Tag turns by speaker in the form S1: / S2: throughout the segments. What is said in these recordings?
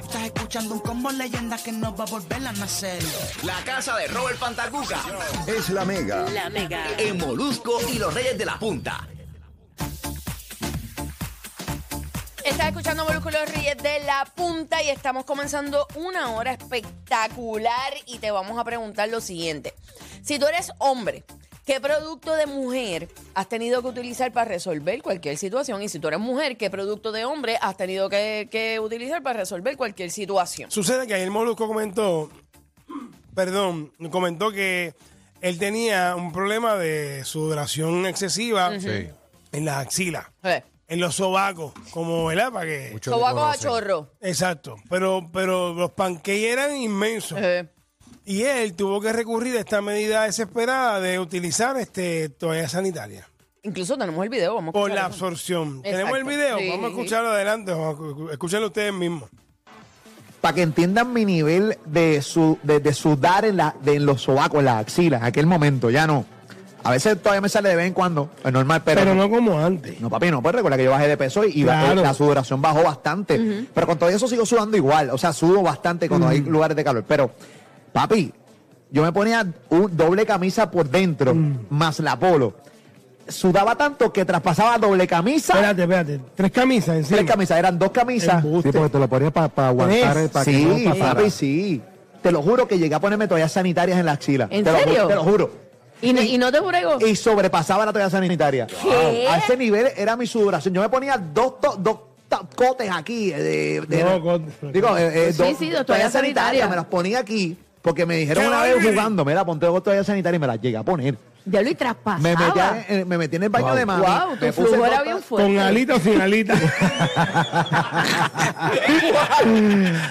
S1: Estás escuchando un combo leyenda que no va a volver a nacer.
S2: La casa de Robert Pantacuca
S3: Es la mega.
S4: La mega.
S2: en Molusco y los Reyes de la Punta.
S4: Estás escuchando Molusco y los Reyes de la Punta y estamos comenzando una hora espectacular y te vamos a preguntar lo siguiente. Si tú eres hombre, ¿qué producto de mujer has tenido que utilizar para resolver cualquier situación? Y si tú eres mujer, ¿qué producto de hombre has tenido que, que utilizar para resolver cualquier situación?
S5: Sucede que ayer Molusco comentó, perdón, comentó que él tenía un problema de sudoración excesiva en las axilas,
S4: Eh,
S5: en los sobacos, como, ¿verdad? Para que...
S4: Sobacos a chorro.
S5: Exacto, pero, pero los panqueques eran inmensos.
S4: Eh,
S5: Y él tuvo que recurrir a esta medida desesperada de utilizar este toalla sanitaria
S4: incluso tenemos el video, vamos a
S5: por la
S4: escuchar eso.
S5: absorción. Tenemos el
S4: Exacto.
S5: video,
S4: Sí.
S5: vamos a escucharlo adelante, vamos a- escúchenlo ustedes mismos.
S6: para que entiendan mi nivel de, su, de, de sudar en, la, de, en los sobacos, en las axilas, en aquel momento, ya no. A veces todavía me sale de vez en cuando, es normal, pero,
S5: no como antes.
S6: no, papi, no, pues recuerda que yo bajé de peso y ba-
S5: Claro.
S6: la sudoración bajó bastante. Pero con todo eso sigo sudando igual. O sea, sudo bastante cuando hay lugares de calor. Pero, papi, yo me ponía un doble camisa por dentro,
S5: Mm.
S6: más la polo. Sudaba tanto que traspasaba doble camisa.
S5: espérate, tres camisas encima.
S6: Tres camisas, eran dos camisas.
S5: Embuste.
S7: Sí, porque te lo ponías para aguantar,
S5: Tres.
S7: eh, para que
S6: sí,
S7: no pasara.
S6: papi, sí. Te lo juro que llegué a ponerme toallas sanitarias en la axila.
S4: ¿En
S6: te Lo
S4: serio?
S6: juro, te lo juro.
S4: ¿Y, no- y no te brego?
S6: Y sobrepasaba la toalla sanitaria. A ese nivel era mi sudoración. Yo me ponía dos, to- dos ta- cotes aquí. eh, De, de-
S5: No, cotes.
S6: Digo, eh, eh,
S4: Sí,
S6: dos-
S4: sí, dos toallas sanitarias.
S6: Me las ponía aquí porque me dijeron
S5: ¡Qué
S6: una vez
S5: baby!
S6: jugando, mira, ponte dos toallas sanitarias y me las llegué a poner.
S4: Ya lo y traspasaba.
S6: Me metí, a- en, me metí en el baño de mami.
S4: Wow,
S6: me
S4: tu
S6: puse
S4: flujo era
S6: dos-
S4: bien fuerte.
S5: o sin alita.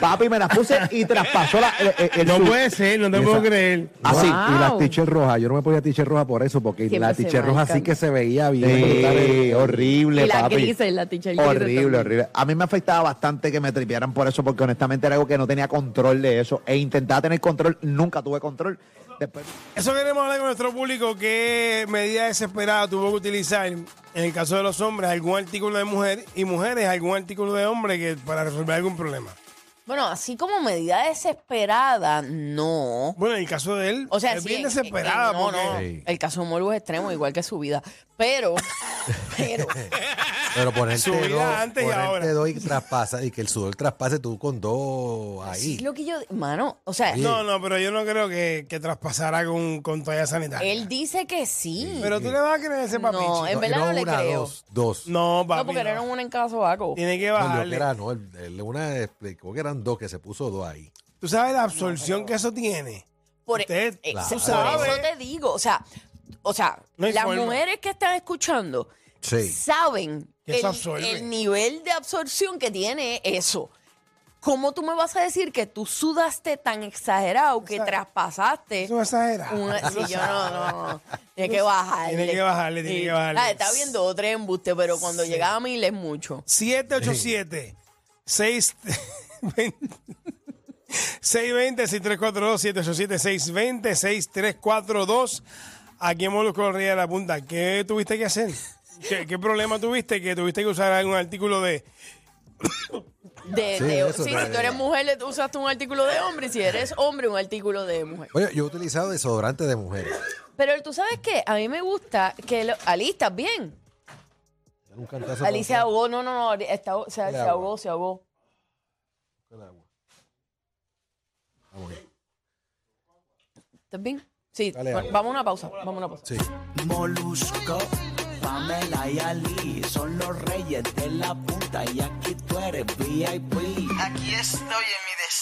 S6: Papi, me las puse y traspasó la, el, el- el
S5: no
S6: sud-
S5: puede ser, no te puedo creer.
S6: Así.
S7: Y las tichel rojas, yo no me ponía tichel roja por eso, porque
S4: Siempre
S7: la
S4: se
S7: tichel roja
S4: marcan.
S7: sí que se veía bien. brutal, eh.
S6: Sí, horrible,
S4: Y la
S6: papi.
S4: grisa, y la tichel grisa
S6: horrible,
S4: también.
S6: horrible. A mí me afectaba bastante que me tripearan por eso, porque honestamente era algo que no tenía control de eso. E intentaba tener control, nunca tuve control. Después,
S5: Eso queremos hablar con nuestro público. ¿Qué medida desesperada tuvo que utilizar, en el caso de los hombres, algún artículo de mujer y mujeres, algún artículo de hombre que, para resolver algún problema?
S4: Bueno, así como medida desesperada, no.
S5: Bueno, en el caso de él,
S4: O sea,
S5: es
S4: sí,
S5: bien
S4: eh,
S5: desesperada.
S4: eh, no, no.
S5: porque-
S7: Sí.
S4: El caso de Molu es extremo, igual que su vida. Pero, pero,
S8: Pero ponerte
S5: Su vida
S8: dos,
S5: antes y
S8: ponerte
S5: ahora.
S8: dos y traspasa, y que el sudor traspase tú con dos
S4: así
S8: ahí.
S4: es lo que yo. Mano, o sea,
S8: Sí.
S5: No, no, pero yo no creo que, que traspasara con, con toalla sanitaria.
S4: él dice que sí.
S5: Pero tú le vas a creer ese papicho.
S4: no, en
S8: No,
S4: verdad
S8: no,
S4: no, le
S8: una,
S4: creo.
S8: dos, dos.
S5: No, papi,
S4: no, porque
S5: no.
S4: era una en caso vaco.
S5: Tiene que
S8: No, yo que
S5: bajarle.
S8: era, no, el- el- una explicó que eran dos, que se puso dos ahí.
S5: Tú sabes la absorción que eso tiene.
S4: Por,
S5: Usted,
S4: eh,
S5: claro.
S4: por
S5: sabe.
S4: eso te digo. O sea, o sea
S5: No hay
S4: las
S5: forma.
S4: mujeres que están escuchando
S8: Sí.
S4: saben
S5: Que eso
S4: el,
S5: absorbe.
S4: el nivel de absorción que tiene eso. ¿Cómo tú me vas a decir que tú sudaste tan exagerado que
S5: Exacto.
S4: traspasaste?
S5: Eso es exagerado.
S4: una- sí, yo no, no, no. Tiene que bajarle.
S5: Tiene que bajarle, tiene
S4: Sí.
S5: que bajarle.
S4: Ah, Está viendo otro embuste, pero cuando llegaba a mil es mucho.
S5: 787 6 620 6342 787 620 6342 Aquí en Molusco Ría de la Punta, ¿qué tuviste que hacer? ¿Qué, qué problema tuviste? Que tuviste que usar algún artículo de...
S4: De,
S8: Sí,
S4: de-
S8: eso
S4: sí,
S8: está
S4: si tú eres
S8: bien.
S4: mujer, le- usaste un artículo de hombre. y Si eres hombre, un artículo de mujer.
S8: Oye, yo he utilizado desodorante de mujeres.
S4: Pero tú sabes qué? A mí me gusta que. Lo, Ali, ¿estás bien?
S8: Era un cantazo
S4: Ali se
S8: con-
S4: ahogó. No, no, no. está- se, se
S8: agua.
S4: ahogó, se ahogó.
S8: con agua. Vamos ahí.
S4: ¿Estás bien? Sí,
S8: Dale,
S4: va-
S8: dale.
S4: vamos a una pausa. Vamos a una pausa.
S8: Sí.
S1: Molusco, Pamela y Ali son los reyes de la punta y aquí tú eres VIP.
S3: Aquí estoy en mi destino.